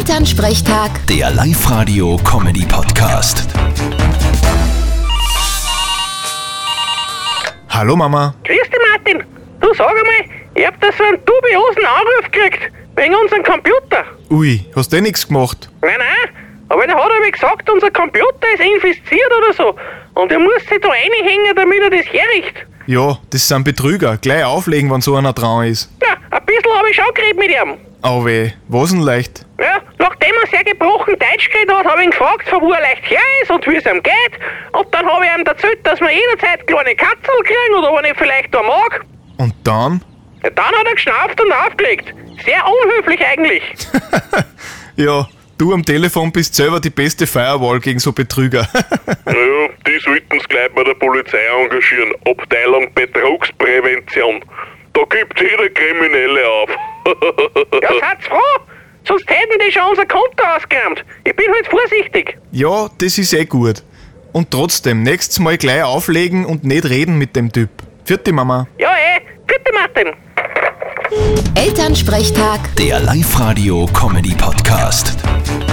Elternsprechtag, Der Live-Radio-Comedy-Podcast. Hallo Mama. Grüß dich, Martin. Du sag einmal, ich hab da so einen dubiosen Anruf gekriegt, wegen unserem Computer. Ui, hast du eh nichts gemacht? Nein, nein, aber er hat mir gesagt, unser Computer ist infiziert oder so. Und er muss sich da reinhängen, damit er das herricht. Ja, das sind Betrüger. Gleich auflegen, wenn so einer dran ist. Ja, ein bisschen habe ich schon geredet mit ihm. Au weh, was denn leicht? Ja, nachdem er sehr gebrochen Deutsch geredet hat, habe ich ihn gefragt, von wo er leicht her ist und wie es ihm geht. Und dann habe ich ihm erzählt, dass wir jederzeit kleine Katzel kriegen oder wenn ich vielleicht da mag. Und dann? Ja, dann hat er geschnauft und aufgelegt. Sehr unhöflich eigentlich. Ja, du am Telefon bist selber die beste Firewall gegen so Betrüger. Naja, die sollten es gleich bei der Polizei engagieren. Abteilung Betrugsprävention. Da gibt jeder Kriminelle auf. Ja, seid froh! Sonst hätten die schon unser Konto ausgeräumt. Ich bin halt vorsichtig. ja, das ist eh gut. Und trotzdem, nächstes Mal gleich auflegen und nicht reden mit dem Typ. Vierte Mama. Ja, eh. Bitte, Martin. Elternsprechtag. Der Live-Radio-Comedy-Podcast.